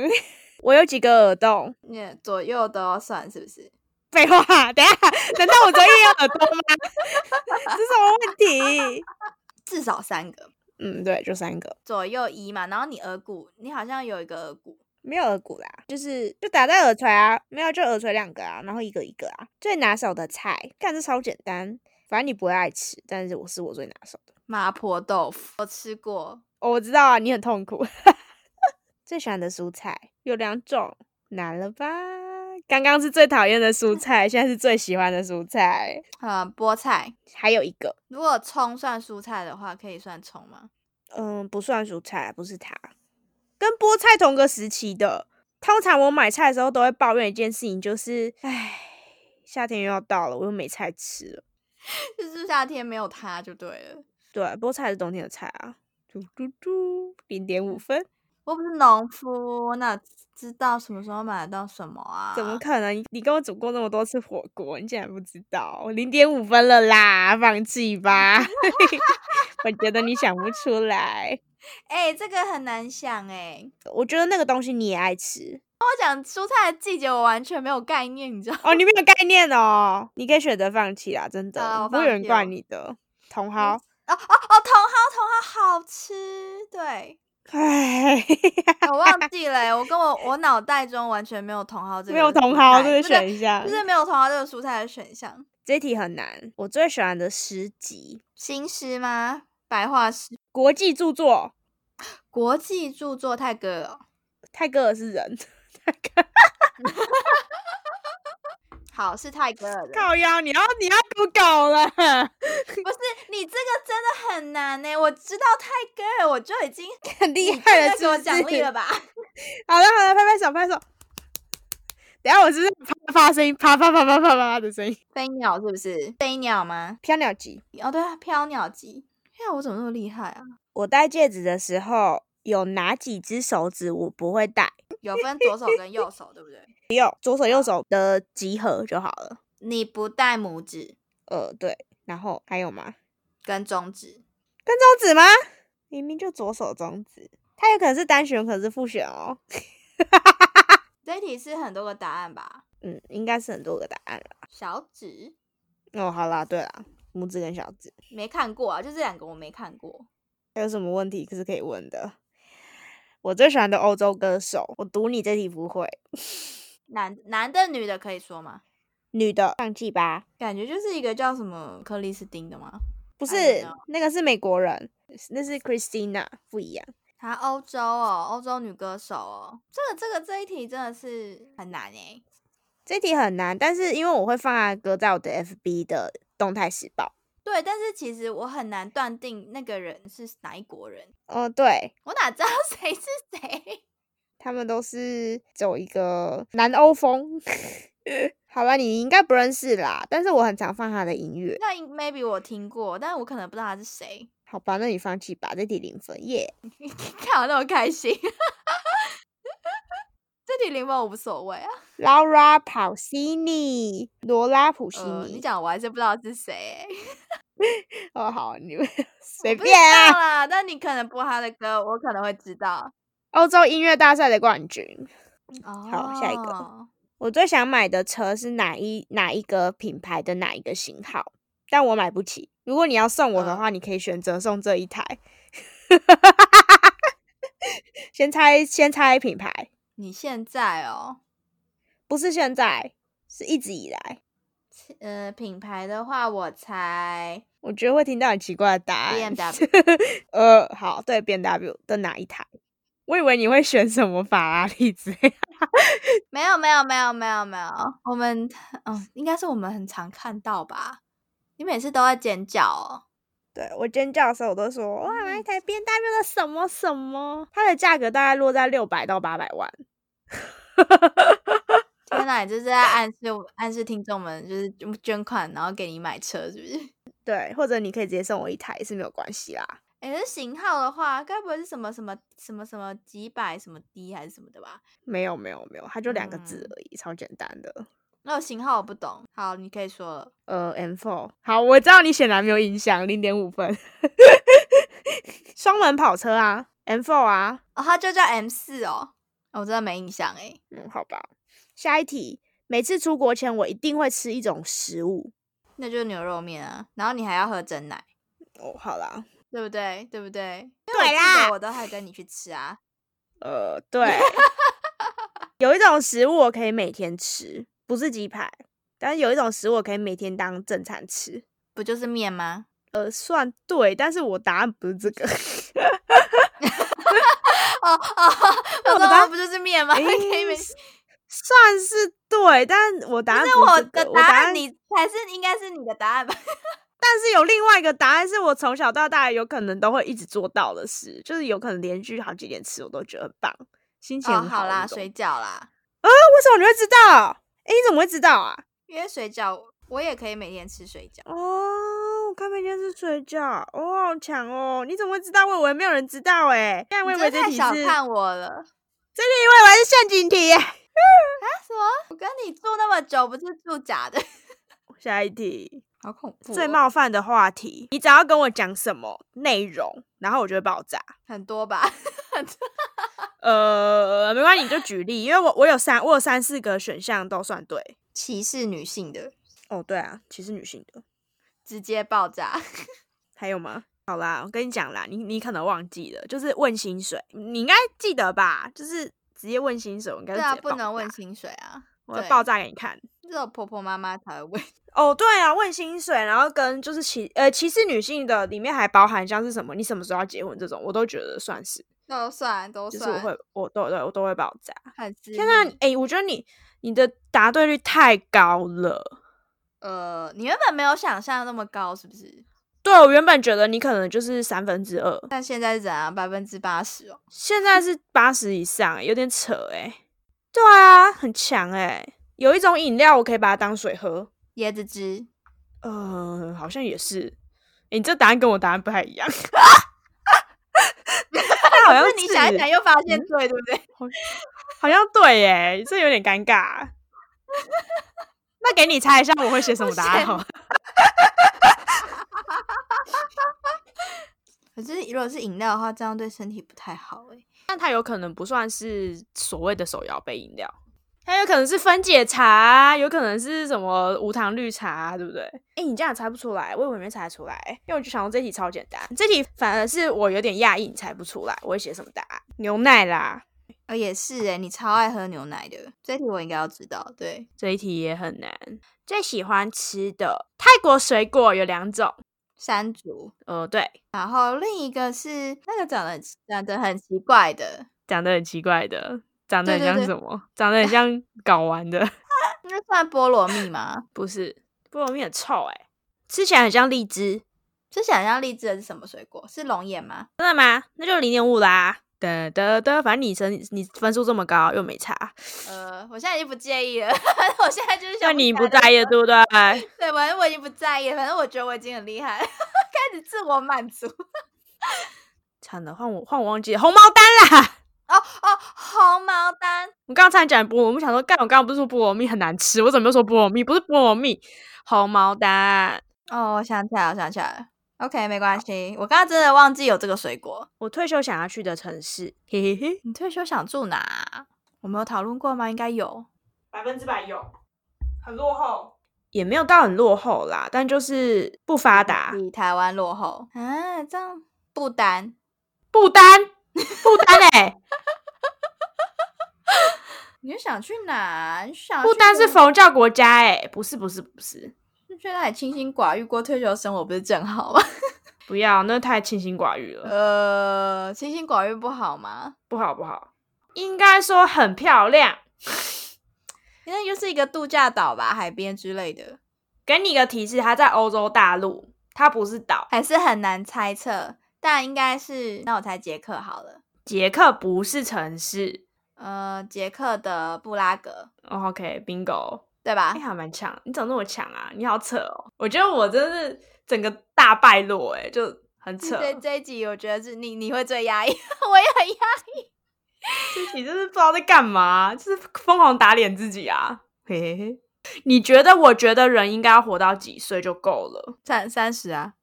Speaker 1: 我有几个耳洞？
Speaker 2: 你的左右都要算是不是？
Speaker 1: 废话，等一下，难 道我只有一个耳洞吗？这什么问题？
Speaker 2: 至少三个。
Speaker 1: 嗯，对，就三个，
Speaker 2: 左右移嘛，然后你额骨，你好像有一个额骨，
Speaker 1: 没有耳骨啦，就是就打在耳垂啊，没有就耳垂两个啊，然后一个一个啊。最拿手的菜，干这超简单，反正你不会爱吃，但是我是我最拿手的。
Speaker 2: 麻婆豆腐，我吃过，
Speaker 1: 哦，我知道啊，你很痛苦。 最喜欢的蔬菜有两种，难了吧？刚刚是最讨厌的蔬菜，现在是最喜欢的蔬菜。
Speaker 2: 呃，菠菜。
Speaker 1: 还有一个，
Speaker 2: 如果葱算蔬菜的话，可以算葱吗？
Speaker 1: 嗯，不算蔬菜，不是它，跟菠菜同个时期的。通常我买菜的时候都会抱怨一件事情，就是，唉，夏天又要到了，我又没菜吃了。
Speaker 2: 就是夏天没有它就对了。
Speaker 1: 对，菠菜是冬天的菜啊。嘟嘟嘟，零点五分，
Speaker 2: 我不是农夫，我哪知道什么时候买得到什么啊？
Speaker 1: 怎么可能？你跟我煮过那么多次火锅，你竟然不知道？我零点五分了啦，放弃吧。 我觉得你想不出来，
Speaker 2: 哎、这个很难想哎、
Speaker 1: 我觉得那个东西你也爱吃
Speaker 2: 我讲蔬菜的季节，我完全没有概念，你知道吗？
Speaker 1: 哦，你没有概念哦，你可以选择放弃啦，真
Speaker 2: 好啦我
Speaker 1: 的，不会有人怪
Speaker 2: 放弃哦了
Speaker 1: 你的。同好，
Speaker 2: 哦哦哦，茼蒿，茼蒿好吃，对，
Speaker 1: 唉，
Speaker 2: 我忘记了欸、我跟我我脑袋中完全没有茼蒿这个
Speaker 1: 没有
Speaker 2: 蔬
Speaker 1: 同好
Speaker 2: 菜
Speaker 1: 这个
Speaker 2: 不是
Speaker 1: 选项
Speaker 2: 就，是没有茼蒿这个蔬菜的选项。
Speaker 1: 这题很难。我最喜欢的诗集，
Speaker 2: 新诗吗？白话诗？
Speaker 1: 国际著作，
Speaker 2: 国际著作泰戈尔哦？
Speaker 1: 泰戈尔是人，
Speaker 2: 好，是泰戈尔的。
Speaker 1: 靠腰，你要你要 Google 了，
Speaker 2: 不是你这个真的很难呢、我知道泰戈尔，我就已 经
Speaker 1: 很厉
Speaker 2: 你
Speaker 1: 害
Speaker 2: 真
Speaker 1: 了，
Speaker 2: 的给我奖励了
Speaker 1: 吧？
Speaker 2: 吧？
Speaker 1: 好了好了，拍拍手拍手。等一下我是不是啪啪声音，啪啪啪啪啪啪啪的声音？
Speaker 2: 飞鸟是不是？飞鸟吗？
Speaker 1: 飘鸟集，
Speaker 2: 哦，对啊，飘鸟集。哎呀，我怎么那么厉害啊？
Speaker 1: 我戴戒指的时候有哪几只手指我不会戴？
Speaker 2: 有分左手跟右手，对不对？
Speaker 1: 左手右手的集合就好了。
Speaker 2: 你不带拇指
Speaker 1: 呃，对，然后还有吗？
Speaker 2: 跟中指，
Speaker 1: 跟中指吗？明明就左手中指，它有可能是单选，有可能是复选哦。
Speaker 2: 这一题是很多个答案吧？
Speaker 1: 嗯，应该是很多个答案了。
Speaker 2: 小指
Speaker 1: 哦，好啦，对啦，拇指跟小指，
Speaker 2: 没看过啊，就这两个我没看过。
Speaker 1: 还有什么问题是可以问的？我最喜欢的欧洲歌手，我赌你这题不会。
Speaker 2: 男男的女的可以说吗？
Speaker 1: 女的，上季吧？
Speaker 2: 感觉就是一个叫什么克里斯汀的吗？
Speaker 1: 不
Speaker 2: I don't
Speaker 1: 是，那个是美国人，那是 Christina，不一样。
Speaker 2: 她欧洲哦，欧洲女歌手哦，这个这个这一题真的是很难欸诶、
Speaker 1: 这题很难，但是因为我会放他的歌在我的 FB 的动态时报。
Speaker 2: 对，但是其实我很难断定那个人是哪一国人，
Speaker 1: 哦，对，
Speaker 2: 我哪知道谁是谁？
Speaker 1: 他们都是走一个南欧风。 好了，你应该不认识啦，但是我很常放他的音乐。
Speaker 2: 那应 maybe 我听过，但是我可能不知道他是谁。
Speaker 1: 好吧，那你放弃吧，这题零分耶。
Speaker 2: 看我那么开心， 这题零分我无所谓啊。
Speaker 1: Laura Pausini，罗拉普西
Speaker 2: 呃，你
Speaker 1: 尼。
Speaker 2: 讲我还是不知道是谁欸、
Speaker 1: 哦，好，你们 随
Speaker 2: 我不知
Speaker 1: 便啊。
Speaker 2: 道啦。但你可能播他的歌，我可能会知道。
Speaker 1: 欧洲音乐大赛的冠军。
Speaker 2: 哦，
Speaker 1: 好下一个我最想买的车是哪一哪一个品牌的哪一个型号？但我买不起。如果你要送我的
Speaker 2: 嗯
Speaker 1: 话，你可以选择送这一台。 先猜，先猜品牌，
Speaker 2: 你现在哦，
Speaker 1: 不是现在，是一直以来。
Speaker 2: 呃，品牌的话，我猜
Speaker 1: 我觉得会听到很奇怪的答案。
Speaker 2: B M W
Speaker 1: 呃，好，对，B M W 的哪一台？我以为你会选什么法拉利之类的。
Speaker 2: 没有没有没有没有没有，我们嗯，应该是我们很常看到吧？你每次都在尖叫哦，
Speaker 1: 对我尖叫的时候，我都说 我要买
Speaker 2: 嗯
Speaker 1: 一台 B M W 的什么什么，它的价格大概落在六百到八百万。
Speaker 2: 天哪，你就是在暗示我暗示听众们，就是捐捐款，然后给你买车，是不是？
Speaker 1: 对，或者你可以直接送我一台也是没有关系啦。
Speaker 2: 哎、这型号的话，该不会是什么什么什么什么几百什么 D 还是什么的吧？
Speaker 1: 没有没有没有，它就两个字
Speaker 2: 嗯
Speaker 1: 而已，超简单的。
Speaker 2: 那个型号我不懂。好，你可以说了。
Speaker 1: 呃，M four，好，我知道你显然没有影响，零点五分。双门跑车啊，M four 啊，
Speaker 2: 哦，它就叫 M 四哦，我真的没印象哎。
Speaker 1: 嗯，好吧。下一题，每次出国前我一定会吃一种食物。
Speaker 2: 那就是牛肉面啊，然后你还要喝真奶。
Speaker 1: 哦，好啦，
Speaker 2: 对不对？对不对？因为我
Speaker 1: 对
Speaker 2: 记
Speaker 1: 啦
Speaker 2: 得我都还跟你去吃啊。
Speaker 1: 呃，对，有一种食物我可以每天吃，不是鸡排，但是有一种食物我可以每天当正餐吃。
Speaker 2: 不就是面吗？
Speaker 1: 呃，算对，但是我答案不是这个。
Speaker 2: 哦哦，
Speaker 1: 我
Speaker 2: 我说
Speaker 1: 的答
Speaker 2: 哦
Speaker 1: 案
Speaker 2: 不就是面 吗？可以
Speaker 1: 诶
Speaker 2: 没
Speaker 1: 算是对，但我答案
Speaker 2: 但
Speaker 1: 不
Speaker 2: 我
Speaker 1: 这
Speaker 2: 的
Speaker 1: 个我
Speaker 2: 答
Speaker 1: 案
Speaker 2: 案你还是应该是你的答案吧？
Speaker 1: 但是有另外一个答案是我从小到大有可能都会一直做到的事，就是有可能连续好几天吃，我都觉得很棒，心情
Speaker 2: 哦，
Speaker 1: 很
Speaker 2: 好
Speaker 1: 的
Speaker 2: 啦，
Speaker 1: 那种
Speaker 2: 水饺啦，
Speaker 1: 那为什么你会知道？哎，你怎么会知道啊？
Speaker 2: 因为水饺我也可以每天吃水饺，
Speaker 1: 哦，我看每天是水饺，哦，好强哦！你怎么会知道？我以为没有人知道哎、但我以
Speaker 2: 你
Speaker 1: 为
Speaker 2: 真
Speaker 1: 这题
Speaker 2: 的太
Speaker 1: 是，
Speaker 2: 小
Speaker 1: 真的以
Speaker 2: 看我了啊！
Speaker 1: 为我是陷阱题耶。
Speaker 2: 什么？我跟你住那么久，不是住假的，
Speaker 1: 下一题，
Speaker 2: 好恐怖、哦
Speaker 1: 最冒犯的话题，你只要跟我讲什么内容，然后我就会爆炸。
Speaker 2: 很多吧？
Speaker 1: 呃，没关系，你就举例，因为我我有三，我有三四个选项都算对。
Speaker 2: 歧视女性的
Speaker 1: 哦，对啊，歧视女性的，
Speaker 2: 直接爆炸，
Speaker 1: 还有吗？好啦，我跟你讲啦，你你可能忘记了，就是问薪水，你应该记得吧？就是直接问薪水，我应该
Speaker 2: 对
Speaker 1: 是
Speaker 2: 啊，
Speaker 1: 直接
Speaker 2: 不
Speaker 1: 爆
Speaker 2: 能问
Speaker 1: 炸，
Speaker 2: 薪水啊，
Speaker 1: 我会
Speaker 2: 对
Speaker 1: 爆炸给你看。
Speaker 2: 这种婆婆妈妈才会问。
Speaker 1: 哦，对啊，问薪水，然后跟就是歧呃歧视女性的里面还包含像是什么，你什么时候要结婚这种，我都觉得算是，
Speaker 2: 都算都
Speaker 1: 就是我
Speaker 2: 算，
Speaker 1: 会我都对我都会爆炸。
Speaker 2: 很私
Speaker 1: 天呐，
Speaker 2: 密
Speaker 1: 哎、我觉得你你的答对率太高了。
Speaker 2: 呃，你原本没有想象那么高，是不是？
Speaker 1: 对我原本觉得你可能就是三分之二，
Speaker 2: 但现在是怎样？百分之八十哦，
Speaker 1: 现在是八十以上，有点扯哎、对啊，很强哎、有一种饮料我可以把它当水喝，
Speaker 2: 椰子汁。
Speaker 1: 呃，好像也是。欸、你这答案跟我答案不太一样， 但好像
Speaker 2: 不是你想一
Speaker 1: 是嗯
Speaker 2: 想又发现对，对不对？
Speaker 1: 好像对耶、这有点尴尬。那给你猜一下我会写什么答案好吗？
Speaker 2: 可是如果是饮料的话，这样对身体不太好哎、
Speaker 1: 但它有可能不算是所谓的手摇杯饮料，它有可能是分解茶，有可能是什么无糖绿茶，对不对？哎、你这样猜不出来，我以为没猜出来，因为我就想说这题超简单，这题反而是我有点讶异你猜不出来，我会写什么答案？牛奶啦，
Speaker 2: 哦，也是哎、你超爱喝牛奶的，这题我应该要知道。对，
Speaker 1: 这一题也很难。最喜欢吃的泰国水果有两种，
Speaker 2: 山竹，
Speaker 1: 呃，对，
Speaker 2: 然后另一个是那个长得很奇长得很奇怪的，
Speaker 1: 长得很奇怪的，长得很
Speaker 2: 对对
Speaker 1: 像
Speaker 2: 对
Speaker 1: 什么？长得很像 睾丸的，
Speaker 2: 那算菠萝蜜吗？
Speaker 1: 不是？菠萝蜜很臭哎、吃起来很像荔枝。
Speaker 2: 是想象荔枝的是什么水果？是龙眼吗？
Speaker 1: 真的吗？那就零点五啦。得得得，反正你成你分数这么高又没差，
Speaker 2: 呃，我现在已经不介意了， 我现在就是
Speaker 1: 那
Speaker 2: 想
Speaker 1: 你
Speaker 2: 起
Speaker 1: 不
Speaker 2: 来了
Speaker 1: 在意对不对？
Speaker 2: 对，反正我已经不在意了，反正我觉得我已经很厉害了， 开始自我满足。哦
Speaker 1: 惨了，换我换我忘记了红毛丹啦。
Speaker 2: 哦哦，红毛丹，
Speaker 1: 我刚才讲菠萝蜜，想说干，我刚刚不是说菠萝蜜很难吃，我怎么又说菠萝蜜？不是菠萝蜜，红毛丹。
Speaker 2: 哦，我想起来了，我想起来了。OK，没关系，我刚刚真的忘记有这个水果。
Speaker 1: 我退休想要去的城市，嘿嘿嘿，
Speaker 2: 你退休想住哪？我们有讨论过吗？应该有。
Speaker 1: 百分之百有，很落后，也没有到很落后啦，但就是不发达。
Speaker 2: 比台湾落后啊？这样不丹
Speaker 1: 不丹，不丹 欸嘞、
Speaker 2: 你是想去哪？你想
Speaker 1: 不
Speaker 2: 去
Speaker 1: 丹是
Speaker 2: 哪
Speaker 1: 佛教国家哎、不是不是不是，
Speaker 2: 你去那里清心寡欲过退休生活不是正好吗？
Speaker 1: 不要，那太清心寡欲了，
Speaker 2: 呃，清心寡欲不好吗？
Speaker 1: 不好不好。应该说很漂亮。
Speaker 2: 那就是一个度假岛吧，海边之类的。
Speaker 1: 给你一个提示，它在欧洲大陆，它不是岛。
Speaker 2: 还是很难猜测，但应该是那我猜捷克好了。
Speaker 1: 捷克不是城市。
Speaker 2: 呃，捷克的布拉格，
Speaker 1: 哦 OK，bingo，
Speaker 2: 对吧
Speaker 1: 你、？还蛮强，你怎么那么强啊？你好扯哦！我觉得我真是整个大败落、欸，哎，就很扯。
Speaker 2: 这这一集我觉得是你你会最压抑， 我也很压抑。
Speaker 1: 这题真是不知道在干嘛，就是疯狂打脸自己啊！嘿嘿嘿，你觉得？我觉得人应该要活到几岁就够了。
Speaker 2: 三三十啊，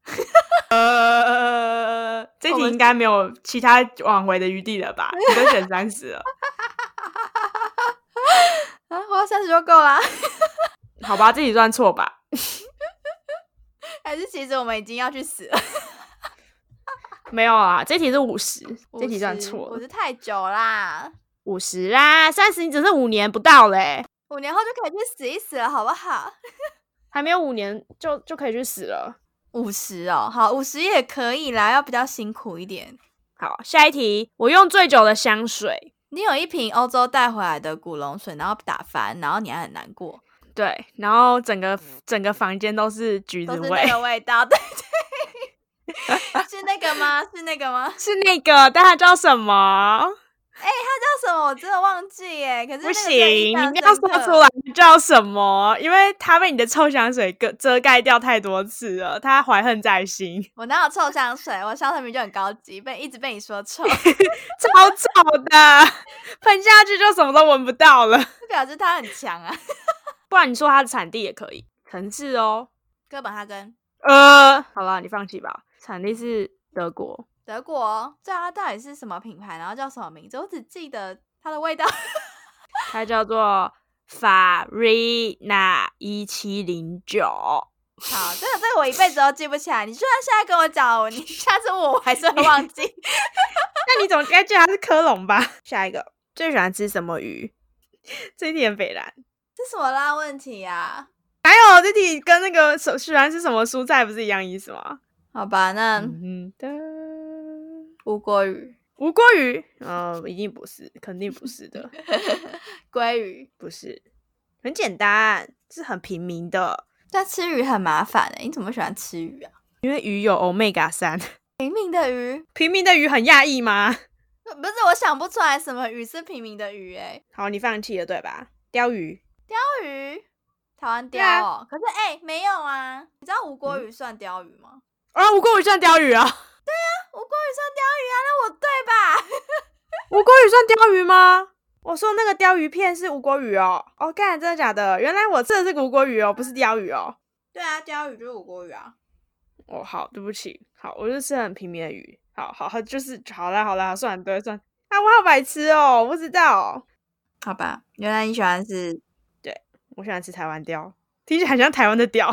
Speaker 1: 呃，这
Speaker 2: 我
Speaker 1: 题
Speaker 2: 们
Speaker 1: 应该没有其他挽回的余地了吧？你都选三十了，
Speaker 2: 啊，我要三十就够啦。
Speaker 1: 好吧，这题算错吧？
Speaker 2: 还是其实我们已经要去死了？
Speaker 1: 没有啊，这题是五十， 这题
Speaker 2: 50
Speaker 1: 算错
Speaker 2: 我
Speaker 1: 了，
Speaker 2: 是太久啦，
Speaker 1: 五十啦，三十你只剩五年不到嘞、
Speaker 2: 五年后就可以去死一死了，好不好？
Speaker 1: 还没有五年就就可以去死了。
Speaker 2: 五十哦，好，五十也可以啦，要比较辛苦一点。
Speaker 1: 好，下一题，我用最久的香水，
Speaker 2: 你有一瓶欧洲带回来的古龙水，然后打翻，然后你还很难过，
Speaker 1: 对，然后整个整个房间都是橘子
Speaker 2: 都是
Speaker 1: 味
Speaker 2: 那，个味道， 对对，是那个吗？是那个吗？
Speaker 1: 是那个，但它叫什么？
Speaker 2: 叫什么？我真的忘记耶。可是
Speaker 1: 不
Speaker 2: 那个
Speaker 1: 行，
Speaker 2: 真的印
Speaker 1: 你
Speaker 2: 象
Speaker 1: 不要
Speaker 2: 深
Speaker 1: 说
Speaker 2: 刻
Speaker 1: 出来叫什么，因为它被你的臭香水遮遮盖掉太多次了，它怀恨在心，
Speaker 2: 我哪有臭香水？我香水名就很高级，被一直被你说 臭，
Speaker 1: 超臭的，喷下去就什么都闻不到了。
Speaker 2: 就表示它很强啊。
Speaker 1: 不然你说它的产地也可以，城市哦。
Speaker 2: 哥本哈根，
Speaker 1: 呃，好了，你放弃吧，产地是德国。
Speaker 2: 德国，对啊，它到底是什么品牌？然后叫什么名字？我只记得它的味道。
Speaker 1: 它叫做法瑞纳一七零九。
Speaker 2: 好，这个这个我一辈子都记不起来。你就算现在跟我讲，你下次问我，我还是会忘 记。
Speaker 1: 那你总该记得它是科隆吧？下一个最喜欢吃什么 鱼？这一点北蓝。
Speaker 2: 这什么烂问题啊呀、
Speaker 1: 还有这题跟那个手喜欢吃什么蔬菜不是一样意思吗？
Speaker 2: 好吧，那
Speaker 1: 嗯的，
Speaker 2: 吴国语、
Speaker 1: 无锅鱼，呃，一定不是，肯定不是 的，
Speaker 2: 鲑鱼，
Speaker 1: 不是，很简单，是很平民的，
Speaker 2: 但吃鱼很麻烦哎、你怎么喜欢吃鱼啊？
Speaker 1: 因为鱼有 omega 三，
Speaker 2: 平民的鱼，呃
Speaker 1: 平民的鱼很讶异吗？
Speaker 2: 不是我想不出来什么鱼是平民的鱼哎、
Speaker 1: 好，你放弃了对吧？鲷鱼，
Speaker 2: 鲷鱼，台湾
Speaker 1: 对
Speaker 2: 鲷
Speaker 1: 啊
Speaker 2: 哦。可是哎、没有啊，你知道吴国语算鲷鱼吗？
Speaker 1: 啊，无锅鱼算鲷鱼啊？
Speaker 2: 吴国语算鲷鱼啊，那我对吧？
Speaker 1: 无锅鱼算鲷鱼吗？我说那个鲷鱼片是无锅鱼哦。哦，干，真的假的？原来我吃的是无锅鱼哦，不是鲷鱼哦。
Speaker 2: 对啊，鲷鱼就是吴国语啊。
Speaker 1: 哦，好，对不起，好，我就吃很平民的鱼。好好好，就是好啦好啦，算了，对，算了。啊，我好白痴哦，我不知道。
Speaker 2: 好吧，原来你喜欢是
Speaker 1: 我喜欢吃台湾鲷，听起来很像台湾的 鲷。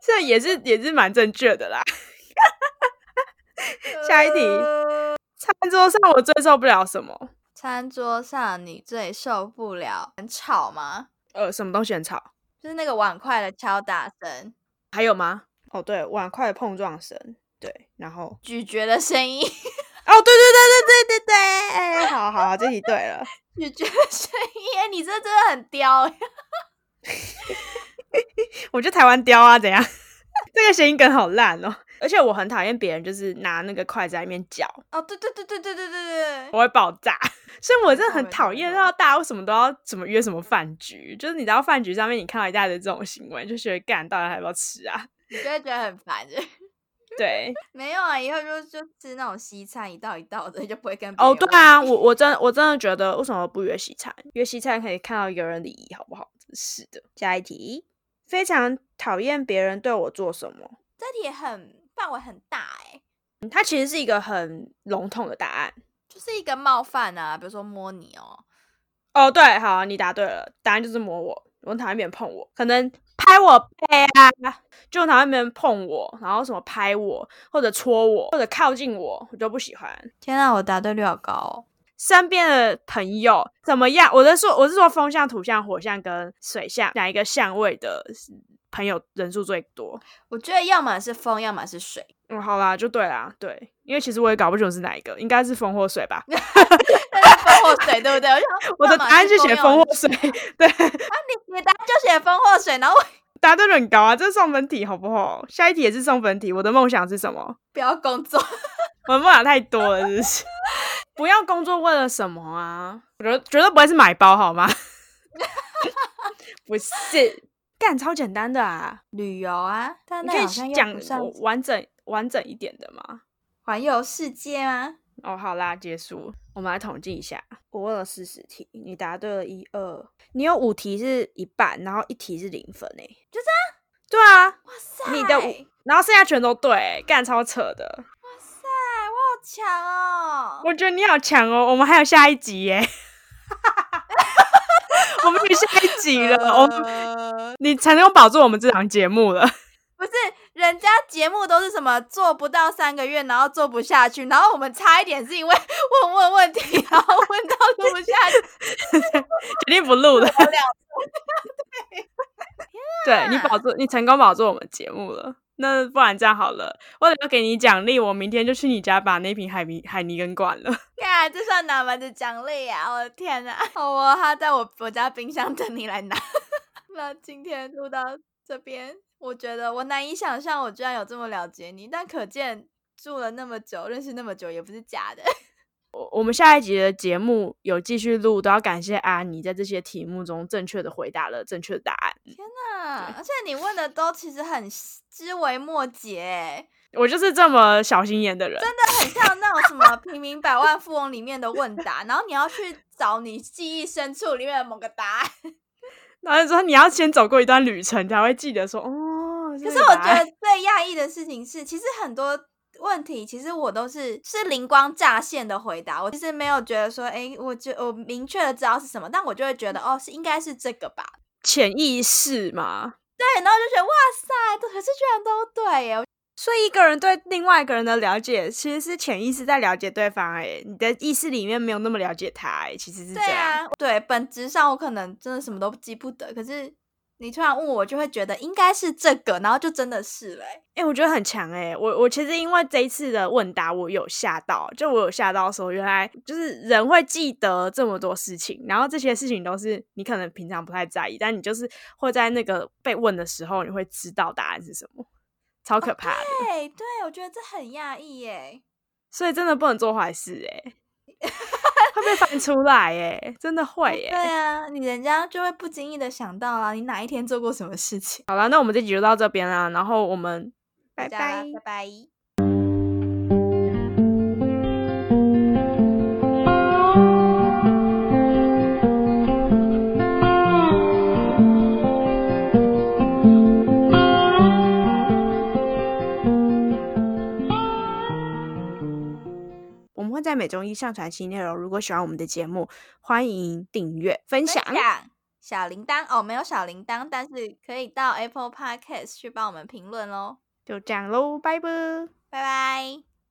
Speaker 1: 这也是也是蛮正确的啦。下一题
Speaker 2: 呃
Speaker 1: 餐桌上我最受不了什么？
Speaker 2: 餐桌上你最受不了很吵吗？
Speaker 1: 呃，什么东西很吵？
Speaker 2: 就是那个碗筷的敲打声、
Speaker 1: 还有吗？哦，对，碗筷的碰撞声，对，然后哦，
Speaker 2: 咀嚼的声音、
Speaker 1: 对对对对对对对，好好，这题对了，
Speaker 2: 咀嚼的 声音。哎，你这真的很刁哎。
Speaker 1: 我觉得台湾雕啊，怎样？ 这个谐音梗好烂哦，而且我很讨厌别人就是拿那个筷子在那边搅，
Speaker 2: 哦，对对对对对对对对，
Speaker 1: 我会爆炸， 所以我真的很
Speaker 2: 没错
Speaker 1: 讨
Speaker 2: 没
Speaker 1: 厌
Speaker 2: 错
Speaker 1: 到大家为什么都要怎么约什么饭局，就是你到饭局上面你看到一大堆这种行为，就觉得干，到底还要不要吃啊？
Speaker 2: 你就会觉得很烦。就
Speaker 1: 对，
Speaker 2: 没有啊，以后就就吃那种西餐，一道一道的，就不会跟别
Speaker 1: 哦，
Speaker 2: 人
Speaker 1: 对
Speaker 2: 问
Speaker 1: 啊，我我真我真的觉得为什么不约西餐？约西餐可以看到一个人礼仪，好不好？真是的。下一题，非常讨厌别人对我做什么。
Speaker 2: 这题很范围很大哎、
Speaker 1: 嗯它其实是一个很笼统的答案。
Speaker 2: 就是一个冒犯啊，比如说摸你哦，
Speaker 1: 哦，对，好，你答对了，答案就是摸我，我很讨厌别人碰我，可能拍我背啊，就很讨厌别人碰我，然后什么拍我，或者戳我，或者靠近我，我就不喜欢。
Speaker 2: 天啊，我答对率好高哦！
Speaker 1: 身边的朋友怎么样？我在说，我是说风象、土象、火象跟水象哪一个相位的朋友人数最多？
Speaker 2: 我觉得要么是风，要么是水，
Speaker 1: 嗯，好啦，就对啦，对，因为其实我也搞不清楚是哪一个，应该是风或水吧。
Speaker 2: 但是风或水，对不对？我就想
Speaker 1: 我的答案是写风或，水， 对，
Speaker 2: 要么是风要么是你的答案就写风或水，然后我
Speaker 1: 答对率很高啊，这是送分题好不好？下一题也是送分题，我的梦想是什么？
Speaker 2: 不要工作，
Speaker 1: 我的梦想太多了，是不是？ 不要工作为了什么啊？我觉得绝对不会是买包好吗？ 不是，干超简单的啊。
Speaker 2: 旅游啊，但
Speaker 1: 你
Speaker 2: 那
Speaker 1: 可
Speaker 2: 好像
Speaker 1: 以
Speaker 2: 又
Speaker 1: 讲
Speaker 2: 不算
Speaker 1: 我完整完整一点的吗？
Speaker 2: 环游世界吗？
Speaker 1: 哦，好啦，结束，我们来统计一下。我问了四十题，你答对了一二，你有五题是一半，然后一题是零分诶、
Speaker 2: 就
Speaker 1: 这样。对啊，
Speaker 2: 哇塞，
Speaker 1: 你的五，然后剩下全都对、欸干超扯的。
Speaker 2: 哇塞，我好强哦！
Speaker 1: 我觉得你好强哦，我们还有下一集 耶、我们有下一集了，我们
Speaker 2: 呃
Speaker 1: 你才能够保住我们这档节目了。
Speaker 2: 不是节目都是什么做不到三个月，然后做不下去，然后我们差一点是因为问问问题，然后问到录不下去，
Speaker 1: 决定不录了。
Speaker 2: 我俩
Speaker 1: 对你保住，你成功保住我们节目了。那不然这样好了，为了要给你奖励，我明天就去你家把那瓶海泥海泥根灌了。
Speaker 2: 看这算哪门子奖励呀、我的天哪、好哦，他在我我家冰箱等你来拿。 那今天录到这边，我觉得我难以想象我居然有这么了解你，但可见住了那么久，认识那么久也不是假的。
Speaker 1: 我我们下一集的节目有继续录，都要感谢安妮在这些题目中正确的回答了正确的答案。
Speaker 2: 那啊而且你问的都其实很枝微末节，欸
Speaker 1: 我就是这么小心眼的人，
Speaker 2: 真的很像那种什么平民百万富翁里面的问答，然后你要去找你记忆深处里面的某个答案。
Speaker 1: 然后就说你要先走过一段旅程，才会记得说哦。
Speaker 2: 可
Speaker 1: 可
Speaker 2: 是我觉得最讶异的事情是，其实很多问题，其实我都是是灵光乍现的回答，我其实没有觉得说，哎、我就我明确的知道是什么，但我就会觉得，哦，是应该是这个吧。
Speaker 1: 潜意识嘛，
Speaker 2: 对，然后就觉得哇塞，都可是居然都对耶！
Speaker 1: 所以一个人对另外一个人的了解，其实是潜意识在了解对方、欸。哎，你的意识里面没有那么了解他、欸，其实是这
Speaker 2: 对
Speaker 1: 样。
Speaker 2: 啊，对，本质上我可能真的什么都记不得，可是你突然问我，我就会觉得应该是这个，然后就真的是嘞。
Speaker 1: 哎、我觉得很强哎、我我其实因为这一次的问答，我有吓到，就我有吓到说，原来就是人会记得这么多事情，然后这些事情都是你可能平常不太在意，但你就是会在那个被问的时候，你会知道答案是什么，超可怕的。
Speaker 2: 对对，我觉得这很讶异耶。
Speaker 1: 所以真的不能做坏事哎、会被翻出来哎、真的会
Speaker 2: 对
Speaker 1: 哎、
Speaker 2: 啊，你人家就会不经意的想到啊啦，你哪一天做过什么事情。
Speaker 1: 好了，那我们这集就到这边啦，然后我们拜
Speaker 2: 大家
Speaker 1: 拜。
Speaker 2: 啊拜拜。
Speaker 1: 我们会在每周一上传新内容，如果喜欢我们的节目，欢迎订阅、分享。
Speaker 2: 小铃铛哦，没有小铃铛，但是可以到 Apple Podcast 去帮我们评论喽。
Speaker 1: 就这样喽，拜拜。
Speaker 2: 拜拜。